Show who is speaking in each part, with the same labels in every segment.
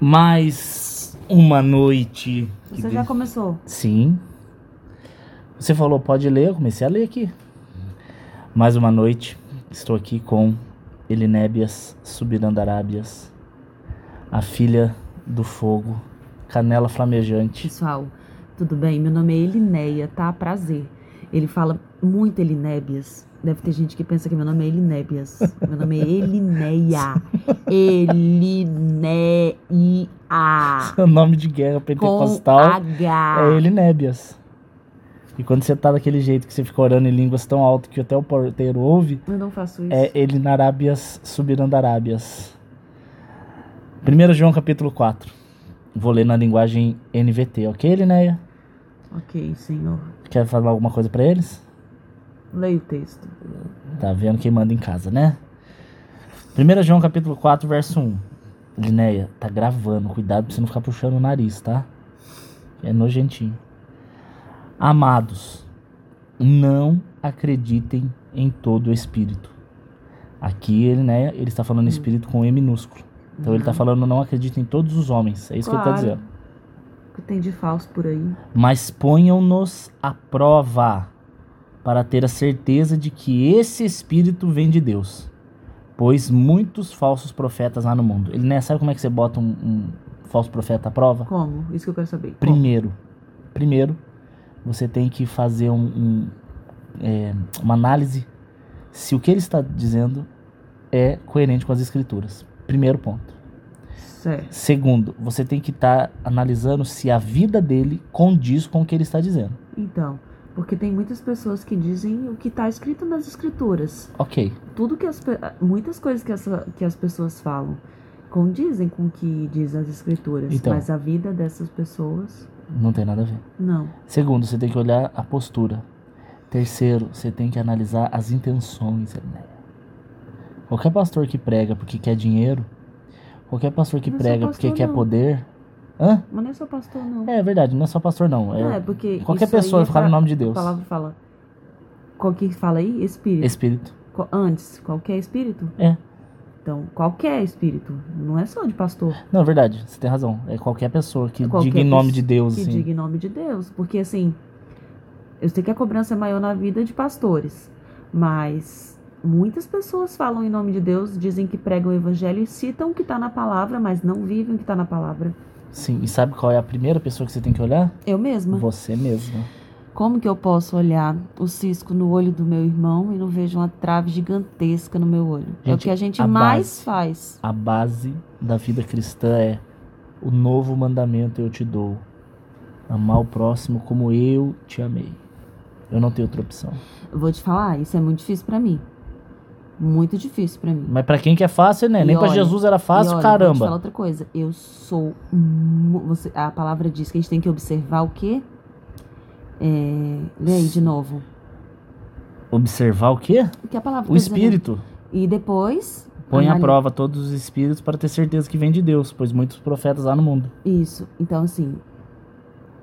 Speaker 1: Mais uma noite. que
Speaker 2: Você
Speaker 1: de-
Speaker 2: já começou?
Speaker 1: Sim. Você falou, pode ler, eu comecei a ler aqui. Mais uma noite, estou aqui com Elinébias Subirandarábias, a filha do fogo, canela flamejante.
Speaker 2: Pessoal, tudo bem? Meu nome é Elinéia, tá? Prazer. Ele fala muito Elinébias. Deve ter gente que pensa que meu nome é Elinébias. Meu nome é Elinéia. Elinéia.
Speaker 1: Seu nome de guerra
Speaker 2: Ah. Com
Speaker 1: pentecostal
Speaker 2: H.
Speaker 1: é Elinébias. E quando você tá daquele jeito que você fica orando em línguas tão alto que até o porteiro ouve,
Speaker 2: Eu não faço isso.
Speaker 1: é Elinarábias Subirandarábias. 1 João capítulo 4. Vou ler na linguagem NVT, ok, Elinéia?
Speaker 2: Ok, senhor.
Speaker 1: Quer falar alguma coisa pra eles?
Speaker 2: Leia o texto.
Speaker 1: Tá vendo quem manda em casa, né? 1 João capítulo 4, verso 1. Linéia, tá gravando, cuidado pra você não ficar puxando o nariz, tá? É nojentinho. Amados, não acreditem em todo o espírito. Aqui, Linéia, ele está falando espírito com E minúsculo. Então ele tá falando não acreditem em todos os homens. É isso que ele tá
Speaker 2: Claro.
Speaker 1: dizendo.
Speaker 2: O que tem de falso por aí?
Speaker 1: mas ponham-nos à prova para ter a certeza de que esse espírito vem de Deus, pois muitos falsos profetas há no mundo. Ele né, sabe como é que você bota um, um falso profeta à prova?
Speaker 2: Como? Isso que eu quero saber. Como?
Speaker 1: Primeiro, primeiro você tem que fazer um, um, é, uma análise se o que ele está dizendo é coerente com as escrituras. Primeiro ponto.
Speaker 2: Certo.
Speaker 1: Segundo, você tem que estar analisando se a vida dele condiz com o que ele está dizendo.
Speaker 2: Então, porque tem muitas pessoas que dizem o que está escrito nas escrituras.
Speaker 1: Ok.
Speaker 2: Tudo que as pe- muitas coisas que, essa, que as pessoas falam condizem com o que diz as escrituras,
Speaker 1: Então.
Speaker 2: mas a vida dessas pessoas
Speaker 1: Não tem nada a ver.
Speaker 2: não.
Speaker 1: Segundo, você tem que olhar a postura. Terceiro, você tem que analisar as intenções. Né? Qualquer pastor que prega porque quer dinheiro, qualquer pastor que
Speaker 2: Não é só
Speaker 1: prega porque
Speaker 2: pastor,
Speaker 1: quer
Speaker 2: não.
Speaker 1: poder. Hã?
Speaker 2: Mas não é só pastor não.
Speaker 1: É verdade, não é só pastor, não.
Speaker 2: Não,
Speaker 1: É
Speaker 2: é porque
Speaker 1: qualquer
Speaker 2: isso aí
Speaker 1: pessoa
Speaker 2: é
Speaker 1: falar
Speaker 2: pra-
Speaker 1: no nome de Deus.
Speaker 2: A palavra fala qual que fala aí? Espírito.
Speaker 1: Espírito.
Speaker 2: Co- Antes, qualquer espírito?
Speaker 1: É.
Speaker 2: Então, qualquer espírito, não é só de pastor.
Speaker 1: Não, é verdade, você tem razão. É qualquer pessoa que
Speaker 2: Qualquer
Speaker 1: diga em nome
Speaker 2: pessoa
Speaker 1: de Deus,
Speaker 2: que
Speaker 1: assim.
Speaker 2: diga em nome de Deus. Porque assim, eu sei que a cobrança é maior na vida de pastores, mas muitas pessoas falam em nome de Deus, dizem que pregam o evangelho e citam o que está na palavra, mas não vivem o que está na palavra.
Speaker 1: Sim, e sabe qual é a primeira pessoa que você tem que olhar?
Speaker 2: Eu mesma.
Speaker 1: Você mesmo.
Speaker 2: Como que eu posso olhar o cisco no olho do meu irmão e não vejo uma trave gigantesca no meu olho? é o
Speaker 1: Gente,
Speaker 2: que a gente
Speaker 1: a
Speaker 2: mais
Speaker 1: base-
Speaker 2: faz.
Speaker 1: A base da vida cristã é o novo mandamento eu te dou. Amar o próximo como eu te amei. Eu não tenho outra opção.
Speaker 2: Eu vou te falar, isso é muito difícil pra mim. Muito difícil pra mim.
Speaker 1: Mas pra quem que é fácil, né?
Speaker 2: E
Speaker 1: Nem pra
Speaker 2: olha,
Speaker 1: Jesus era
Speaker 2: E
Speaker 1: fácil,
Speaker 2: olha, Vou te falar
Speaker 1: caramba.
Speaker 2: outra coisa. Eu sou. mu- você- a palavra diz que a gente tem que observar o quê? É, lê aí de novo.
Speaker 1: Observar o quê?
Speaker 2: O que a palavra
Speaker 1: O
Speaker 2: tá dizendo?
Speaker 1: espírito.
Speaker 2: E depois.
Speaker 1: Põe à
Speaker 2: analisa-
Speaker 1: prova todos os espíritos para ter certeza que vem de Deus, pois muitos profetas há no mundo.
Speaker 2: Isso. Então, assim.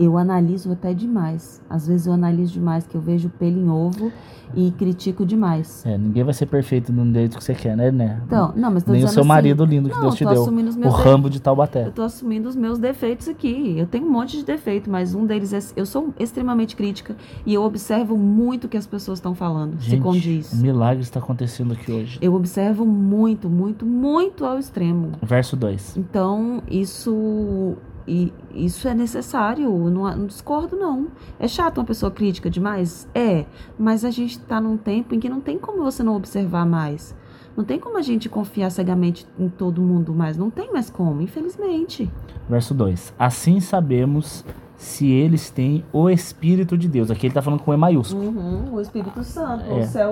Speaker 2: Eu analiso até demais. Às vezes eu analiso demais, que eu vejo pelo em ovo e critico demais.
Speaker 1: É, ninguém vai ser perfeito do jeito que você quer, né? né?
Speaker 2: Então, não, mas tô
Speaker 1: Nem o
Speaker 2: dizendo
Speaker 1: seu
Speaker 2: assim,
Speaker 1: marido lindo que
Speaker 2: não,
Speaker 1: Deus te
Speaker 2: eu tô
Speaker 1: deu.
Speaker 2: assumindo os
Speaker 1: O
Speaker 2: meus
Speaker 1: Rambo de Taubaté.
Speaker 2: Eu tô assumindo os meus defeitos aqui. Eu tenho um monte de defeito, mas um deles é. Eu sou extremamente crítica e eu observo muito o que as pessoas estão falando, se
Speaker 1: Gente,
Speaker 2: condiz.
Speaker 1: um milagre está acontecendo aqui hoje.
Speaker 2: Eu observo muito, muito, muito ao extremo.
Speaker 1: Verso 2.
Speaker 2: Então, isso. e- isso é necessário, eu não, não discordo, não. É chato uma pessoa crítica demais? É, mas a gente tá num tempo em que não tem como você não observar mais. Não tem como a gente confiar cegamente em todo mundo mais. Não tem mais como, infelizmente.
Speaker 1: Verso 2. Assim sabemos se eles têm o Espírito de Deus. Aqui ele tá falando com E maiúsculo.
Speaker 2: Uhum, o Espírito Santo.
Speaker 1: É.
Speaker 2: O céu,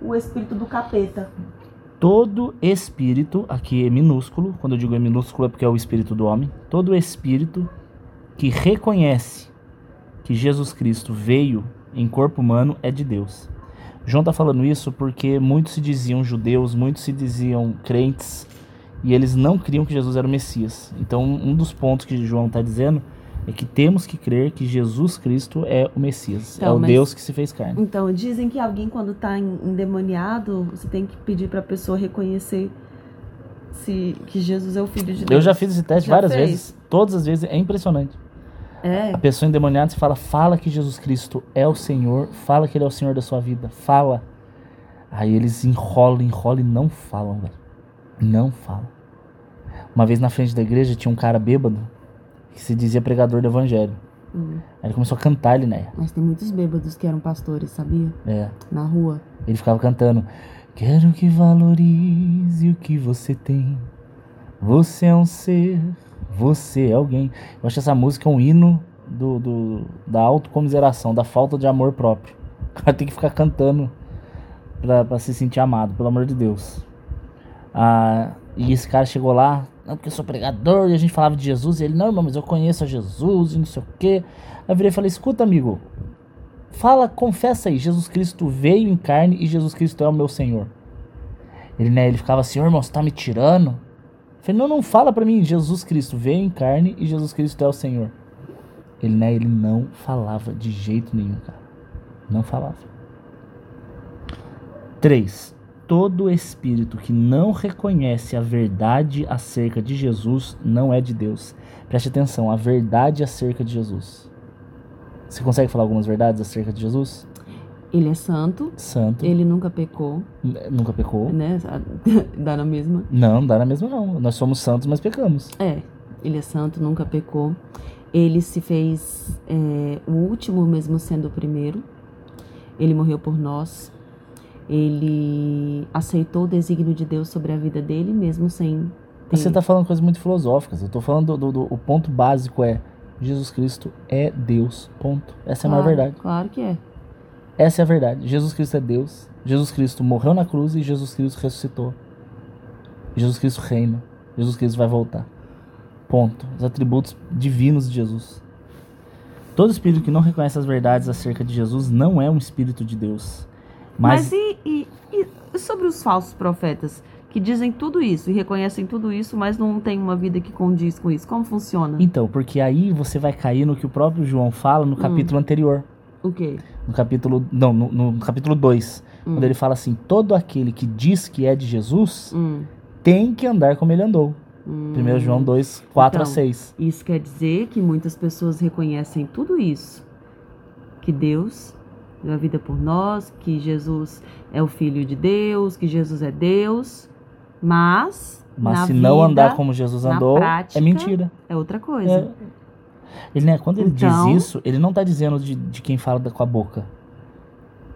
Speaker 2: o, o espírito do capeta.
Speaker 1: Todo espírito, aqui é minúsculo, quando eu digo é minúsculo é porque é o espírito do homem. Todo espírito que reconhece que Jesus Cristo veio em corpo humano é de Deus. João tá falando isso porque muitos se diziam judeus, muitos se diziam crentes, e eles não criam que Jesus era o Messias. Então, um dos pontos que João tá dizendo é que temos que crer que Jesus Cristo é o Messias, é
Speaker 2: Então,
Speaker 1: o
Speaker 2: mas-
Speaker 1: Deus que se fez carne.
Speaker 2: Então, dizem que alguém, quando tá en- endemoniado, você tem que pedir pra pessoa reconhecer se que Jesus é o filho de Deus.
Speaker 1: Eu já fiz esse teste
Speaker 2: Já
Speaker 1: várias
Speaker 2: fez?
Speaker 1: vezes. Todas as vezes é impressionante.
Speaker 2: É,
Speaker 1: A pessoa endemoniada se fala, fala que Jesus Cristo é o Senhor, fala que Ele é o Senhor da sua vida, fala. Aí eles enrolam, enrolam e não falam, velho. Não falam. Uma vez na frente da igreja tinha um cara bêbado que se dizia pregador do evangelho.
Speaker 2: hum.
Speaker 1: Aí ele começou a cantar ali, né?
Speaker 2: mas tem muitos bêbados que eram pastores, sabia?
Speaker 1: É.
Speaker 2: Na rua.
Speaker 1: Ele ficava cantando: Quero que valorize o que você tem. Você é um ser, você é alguém. Eu acho essa música um hino do, do- da autocomiseração, da falta de amor próprio. O cara tem que ficar cantando pra, pra se sentir amado, pelo amor de Deus. Ah, e esse cara chegou lá, não, porque eu sou pregador, e a gente falava de Jesus, e ele, não, irmão, mas eu conheço a Jesus, e não sei o quê. Aí eu virei e falei, escuta, amigo, fala, confessa aí, Jesus Cristo veio em carne e Jesus Cristo é o meu Senhor. Ele, né, ele ficava assim, "Ô, irmão, você tá me tirando? Eu falei, não, não fala pra mim, Jesus Cristo veio em carne e Jesus Cristo é o Senhor. Ele, né, ele não falava de jeito nenhum, cara. Não falava. 3. Todo espírito que não reconhece a verdade acerca de Jesus não é de Deus. Preste atenção, a verdade acerca de Jesus. Você consegue falar algumas verdades acerca de Jesus?
Speaker 2: Ele é santo,
Speaker 1: Santo,
Speaker 2: ele nunca pecou,
Speaker 1: n- nunca pecou.
Speaker 2: né? Dá na mesma.
Speaker 1: Não, não dá na mesma não. Nós somos santos, mas pecamos.
Speaker 2: É, ele é santo, nunca pecou. Ele se fez é, o último, mesmo sendo o primeiro. Ele morreu por nós. Ele aceitou o desígnio de Deus sobre a vida dele, mesmo sem. Ter...
Speaker 1: Você tá falando coisas muito filosóficas. Eu tô falando do, do- do- o ponto básico é Jesus Cristo é Deus. Ponto. Essa é a maior
Speaker 2: Claro,
Speaker 1: verdade.
Speaker 2: Claro que é.
Speaker 1: Essa é a verdade. Jesus Cristo é Deus. Jesus Cristo morreu na cruz e Jesus Cristo ressuscitou. Jesus Cristo reina. Jesus Cristo vai voltar. Ponto. Os atributos divinos de Jesus. Todo espírito que não reconhece as verdades acerca de Jesus não é um espírito de Deus.
Speaker 2: Mas,
Speaker 1: Mas,
Speaker 2: e, e- e sobre os falsos profetas que dizem tudo isso e reconhecem tudo isso, mas não tem uma vida que condiz com isso? Como funciona?
Speaker 1: então, porque aí você vai cair no que o próprio João fala
Speaker 2: Hum.
Speaker 1: no capítulo anterior.
Speaker 2: O quê?
Speaker 1: No capítulo. Não, no, no capítulo 2.
Speaker 2: Hum.
Speaker 1: Quando ele fala assim: todo aquele que diz que é de Jesus
Speaker 2: Hum,
Speaker 1: tem que andar como ele andou.
Speaker 2: hum.
Speaker 1: 1 João 2, 4 a
Speaker 2: Então,
Speaker 1: 6.
Speaker 2: Isso quer dizer que muitas pessoas reconhecem tudo isso. Que Deus deu a vida por nós, que Jesus é o Filho de Deus, que Jesus é Deus, mas,
Speaker 1: Mas
Speaker 2: na
Speaker 1: se não
Speaker 2: vida
Speaker 1: andar como Jesus
Speaker 2: na
Speaker 1: andou,
Speaker 2: prática,
Speaker 1: é mentira.
Speaker 2: é outra coisa.
Speaker 1: É. Ele, né, quando ele
Speaker 2: Então-
Speaker 1: diz isso, ele não está dizendo de, de quem fala da- com a boca.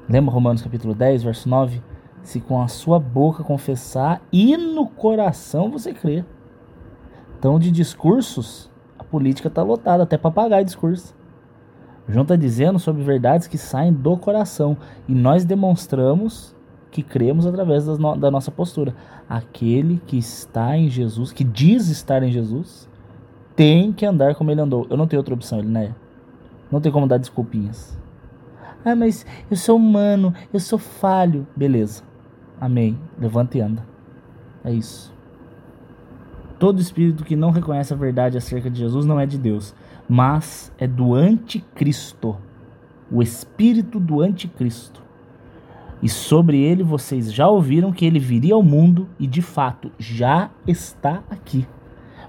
Speaker 1: Lembra Romanos capítulo 10, verso 9? Se com a sua boca confessar e no coração você crer. Então, de discursos, a política está lotada, até para pagar discurso. João está dizendo sobre verdades que saem do coração. E nós demonstramos que cremos através das no- da nossa postura. Aquele que está em Jesus, que diz estar em Jesus, tem que andar como ele andou. Eu não tenho outra opção, ele né? Não tem como dar desculpinhas. Ah, mas eu sou humano, eu sou falho. Beleza. Amém. Levanta e anda. É isso. Todo espírito que não reconhece a verdade acerca de Jesus não é de Deus, mas é do anticristo. O espírito do anticristo. E sobre ele vocês já ouviram que ele viria ao mundo e de fato já está aqui.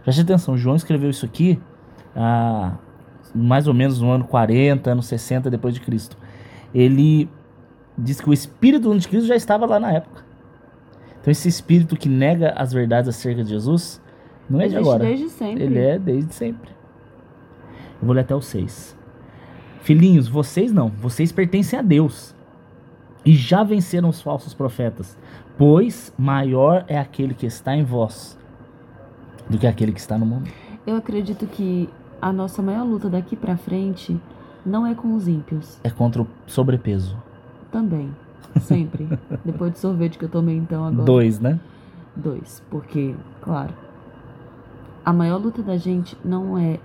Speaker 1: Preste atenção, João escreveu isso aqui ah, mais ou menos no ano 40, ano 60 depois de Cristo. Ele diz que o espírito do anticristo já estava lá na época. Então esse espírito que nega as verdades acerca de Jesus não é de
Speaker 2: Existe
Speaker 1: agora.
Speaker 2: desde sempre.
Speaker 1: Ele é desde sempre. Eu vou ler até o 6. Filhinhos, vocês não, vocês pertencem a Deus. E já venceram os falsos profetas, pois maior é aquele que está em vós do que aquele que está no mundo.
Speaker 2: Eu acredito que a nossa maior luta daqui pra frente não é com os ímpios.
Speaker 1: É contra o sobrepeso.
Speaker 2: Também. Sempre. Depois do sorvete que eu tomei então agora.
Speaker 1: Dois, né?
Speaker 2: Dois, porque, claro, a maior luta da gente não é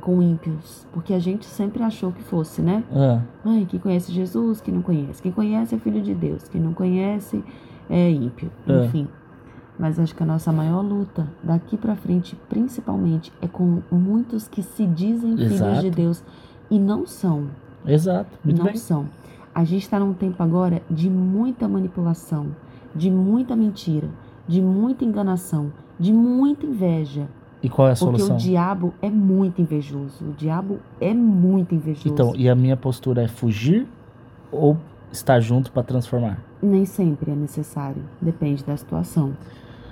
Speaker 2: com ímpios, porque a gente sempre achou que fosse, né?
Speaker 1: Ah,
Speaker 2: Ai, quem conhece Jesus, quem não conhece. Quem conhece é filho de Deus, quem não conhece é ímpio,
Speaker 1: É.
Speaker 2: enfim. Mas acho que a nossa maior luta daqui pra frente, principalmente, é com muitos que se dizem filhos
Speaker 1: Exato.
Speaker 2: de Deus e não são
Speaker 1: exato. Muito
Speaker 2: não
Speaker 1: bem.
Speaker 2: são. A gente está num tempo agora de muita manipulação, de muita mentira, de muita enganação. de muita inveja.
Speaker 1: E qual é a
Speaker 2: Porque
Speaker 1: solução?
Speaker 2: o diabo é muito invejoso. O diabo é muito invejoso.
Speaker 1: Então, e a minha postura é fugir ou estar junto pra transformar?
Speaker 2: Nem sempre é necessário, depende da situação.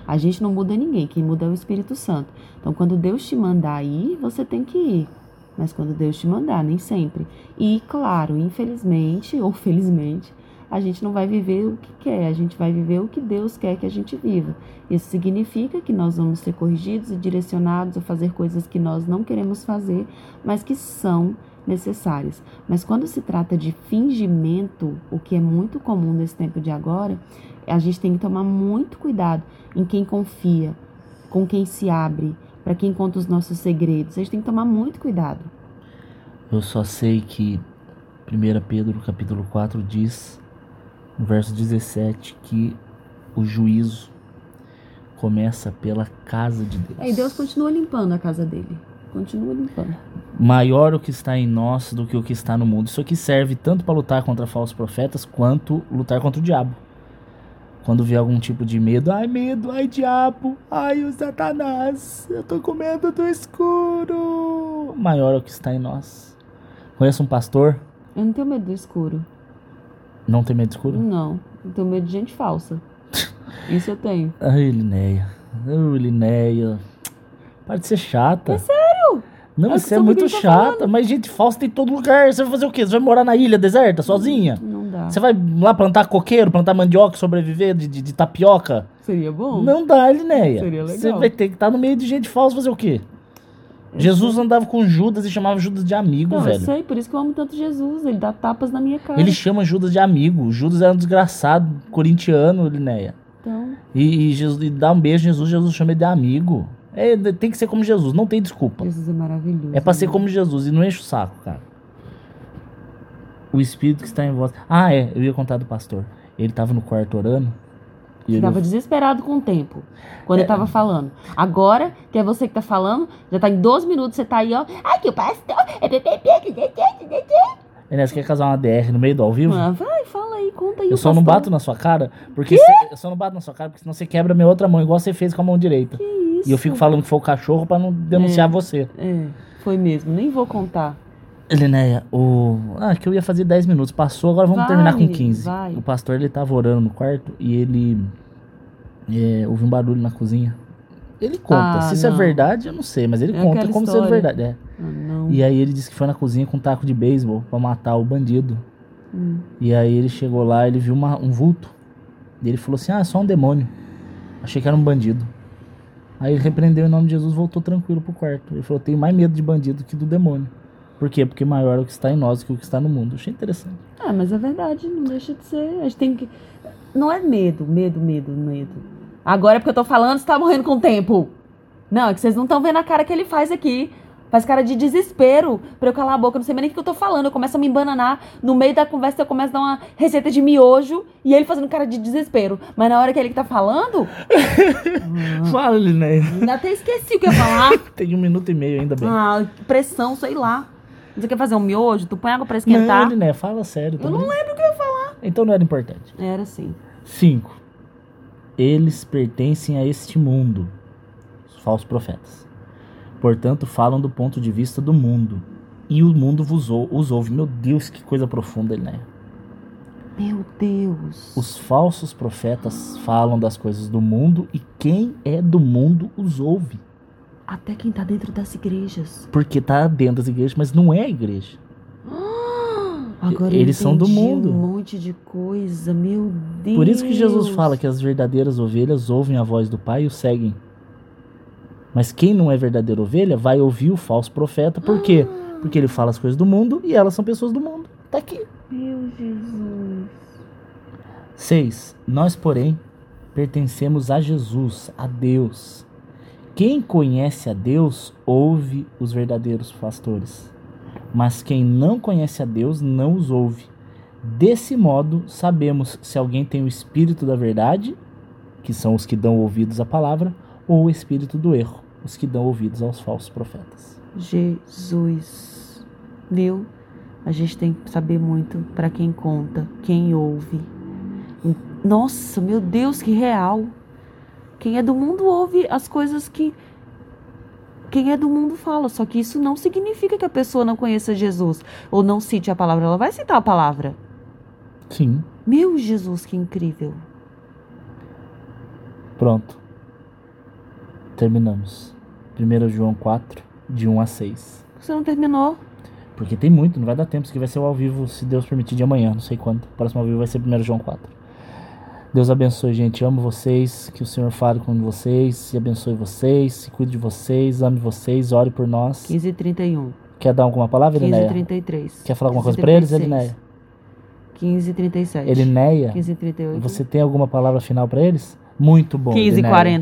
Speaker 2: A gente não muda ninguém, quem muda é o Espírito Santo. Então, quando Deus te mandar ir, você tem que ir. Mas quando Deus te mandar, nem sempre. E, claro, infelizmente ou felizmente, a gente não vai viver o que quer, a gente vai viver o que Deus quer que a gente viva. Isso significa que nós vamos ser corrigidos e direcionados a fazer coisas que nós não queremos fazer, mas que são necessárias. Mas quando se trata de fingimento, o que é muito comum nesse tempo de agora, a gente tem que tomar muito cuidado em quem confia, com quem se abre, para quem conta os nossos segredos. A gente tem que tomar muito cuidado.
Speaker 1: Eu só sei que 1 Pedro capítulo 4 diz, no verso 17, que o juízo começa pela casa de Deus.
Speaker 2: Aí É, Deus continua limpando a casa dele. Continua limpando.
Speaker 1: Maior o que está em nós do que o que está no mundo. Isso aqui serve tanto para lutar contra falsos profetas quanto lutar contra o diabo. Quando vier algum tipo de medo, ai medo, ai diabo, ai o Satanás, eu tô com medo do escuro. Maior é o que está em nós. Conheço um pastor,
Speaker 2: Eu não tenho medo do escuro.
Speaker 1: não tem medo do escuro?
Speaker 2: Não. Eu tenho medo de gente falsa. Isso eu tenho.
Speaker 1: Ai, Linéia. Ai, Linéia. Para de ser chata.
Speaker 2: É
Speaker 1: sério? Não,
Speaker 2: É
Speaker 1: você é
Speaker 2: sobre o que
Speaker 1: muito
Speaker 2: eu tô
Speaker 1: chata. Mas gente falsa tem em todo lugar. Você vai fazer o quê? Você vai morar na ilha deserta, sozinha?
Speaker 2: Não dá.
Speaker 1: Você vai lá plantar coqueiro, plantar mandioca, sobreviver de, de- de tapioca?
Speaker 2: Seria bom?
Speaker 1: Não dá, Linéia.
Speaker 2: Seria legal.
Speaker 1: Você vai ter que estar no meio de gente falsa fazer o quê? Jesus andava com Judas e chamava Judas de amigo,
Speaker 2: Não, eu
Speaker 1: velho.
Speaker 2: sei, por isso é que eu amo tanto Jesus. Ele dá tapas na minha cara.
Speaker 1: Ele chama Judas de amigo. Judas era um desgraçado corintiano, Linéia.
Speaker 2: Então,
Speaker 1: E, e Jesus, e dá um beijo em Jesus, Jesus chama ele de amigo. É, tem que ser como Jesus, não tem desculpa.
Speaker 2: Jesus é maravilhoso.
Speaker 1: É pra ser
Speaker 2: né?
Speaker 1: como Jesus e não enche o saco, cara. O espírito que está em vós. Ah, é, eu ia contar do pastor. Ele tava no quarto orando. E ele é
Speaker 2: Ficava desesperado com o tempo. Quando eu tava falando. Agora, que é você que tá falando, já tá em 12 minutos, você tá aí, ó. Ai, que o pastor. É PPP, que dê, dê, dê, dê.
Speaker 1: Enes quer casar uma DR no meio do ao vivo?
Speaker 2: Ah, Vai, fala aí, conta aí.
Speaker 1: eu
Speaker 2: o
Speaker 1: só não
Speaker 2: pastor.
Speaker 1: bato na sua cara, porque cê- eu só não bato na sua cara, porque senão você quebra minha outra mão, igual você fez com a mão direita.
Speaker 2: Que isso?
Speaker 1: E eu fico falando que foi o cachorro pra não denunciar você.
Speaker 2: É, foi mesmo, nem vou contar.
Speaker 1: Elinéia, o. Ah, que eu ia fazer 10 minutos. Passou, agora vamos
Speaker 2: Vai,
Speaker 1: terminar com
Speaker 2: menino,
Speaker 1: 15.
Speaker 2: vai.
Speaker 1: O pastor ele tava orando no quarto e ele. É, ouviu um barulho na cozinha. Ele conta.
Speaker 2: Ah,
Speaker 1: Se isso é
Speaker 2: não.
Speaker 1: verdade, eu não sei, mas ele
Speaker 2: É
Speaker 1: conta
Speaker 2: aquela
Speaker 1: como sendo
Speaker 2: história.
Speaker 1: verdade. é.
Speaker 2: Ah, não.
Speaker 1: E aí ele disse que foi na cozinha com um taco de beisebol pra matar o bandido.
Speaker 2: Hum.
Speaker 1: E aí ele chegou lá, ele viu uma- um vulto. E ele falou assim: Ah, é só um demônio. Achei que era um bandido. Aí ele repreendeu em nome de Jesus voltou tranquilo pro quarto. Ele falou: Tenho mais medo de bandido que do demônio. Por quê? Porque maior é o que está em nós do que o que está no mundo. Achei interessante.
Speaker 2: Ah, mas é verdade, não deixa de ser. A gente tem que. Não é medo, medo, medo, medo. Agora é porque eu tô falando, você tá morrendo com o tempo. Não, é que vocês não estão vendo a cara que ele faz aqui. Faz cara de desespero pra eu calar a boca. Eu não sei mais nem o que eu tô falando. Eu começo a me embananar. No meio da conversa, eu começo a dar uma receita de miojo e ele fazendo cara de desespero. Mas na hora que ele que tá falando, Ah.
Speaker 1: Fala, Linéia.
Speaker 2: ainda até esqueci o que eu ia falar.
Speaker 1: né? Tem um minuto e meio ainda bem.
Speaker 2: Ah, pressão, sei lá. Você quer fazer um miojo? Tu põe água pra
Speaker 1: não,
Speaker 2: esquentar?
Speaker 1: Linéia, fala sério. tá
Speaker 2: Eu não
Speaker 1: bem? Então não era importante.
Speaker 2: Era assim.
Speaker 1: 5. Eles pertencem a este mundo, os falsos profetas. Portanto, falam do ponto de vista do mundo. E o mundo vos ou- os ouve. Meu Deus, que coisa profunda, né?
Speaker 2: Meu Deus.
Speaker 1: Os falsos profetas falam das coisas do mundo e quem é do mundo os ouve.
Speaker 2: Até quem tá dentro das igrejas.
Speaker 1: Porque tá dentro das igrejas, mas não é a igreja.
Speaker 2: Agora eu
Speaker 1: Eles são do
Speaker 2: entendi
Speaker 1: mundo.
Speaker 2: Um monte de coisa, meu Deus.
Speaker 1: Por isso que Jesus fala que as verdadeiras ovelhas ouvem a voz do Pai e o seguem. Mas quem não é verdadeira ovelha vai ouvir o falso profeta, por quê?
Speaker 2: Ah,
Speaker 1: Porque ele fala as coisas do mundo e elas são pessoas do mundo. Tá aqui.
Speaker 2: Meu Jesus.
Speaker 1: 6. Nós, porém, pertencemos a Jesus, a Deus. Quem conhece a Deus ouve os verdadeiros pastores. Mas quem não conhece a Deus não os ouve. Desse modo, sabemos se alguém tem o espírito da verdade, que são os que dão ouvidos à palavra, ou o espírito do erro, os que dão ouvidos aos falsos profetas.
Speaker 2: Jesus. Viu? A gente tem que saber muito pra quem conta, quem ouve. Nossa, meu Deus, que real. Quem é do mundo ouve as coisas que quem é do mundo fala, só que isso não significa que a pessoa não conheça Jesus ou não cite a palavra, ela vai citar a palavra.
Speaker 1: Sim.
Speaker 2: Meu Jesus, que incrível.
Speaker 1: Pronto. Terminamos. 1 João 4, de 1 a 6.
Speaker 2: Você não terminou?
Speaker 1: Porque tem muito, não vai dar tempo. Isso aqui vai ser o ao vivo, se Deus permitir, de amanhã, não sei quando. O próximo ao vivo vai ser 1 João 4. Deus abençoe, gente. Amo vocês. Que o Senhor fale com vocês. Se abençoe vocês. Se cuide de vocês. Ame vocês. Ore por nós.
Speaker 2: 15 e 31.
Speaker 1: Quer dar alguma palavra,
Speaker 2: 15 e
Speaker 1: Elinéia?
Speaker 2: 33.
Speaker 1: Quer falar alguma coisa pra eles, Elinéia?
Speaker 2: 15 e 37.
Speaker 1: Elinéia,
Speaker 2: 15 e 38.
Speaker 1: você tem alguma palavra final pra eles? Muito bom.
Speaker 2: 15 e
Speaker 1: Elinéia.
Speaker 2: 40.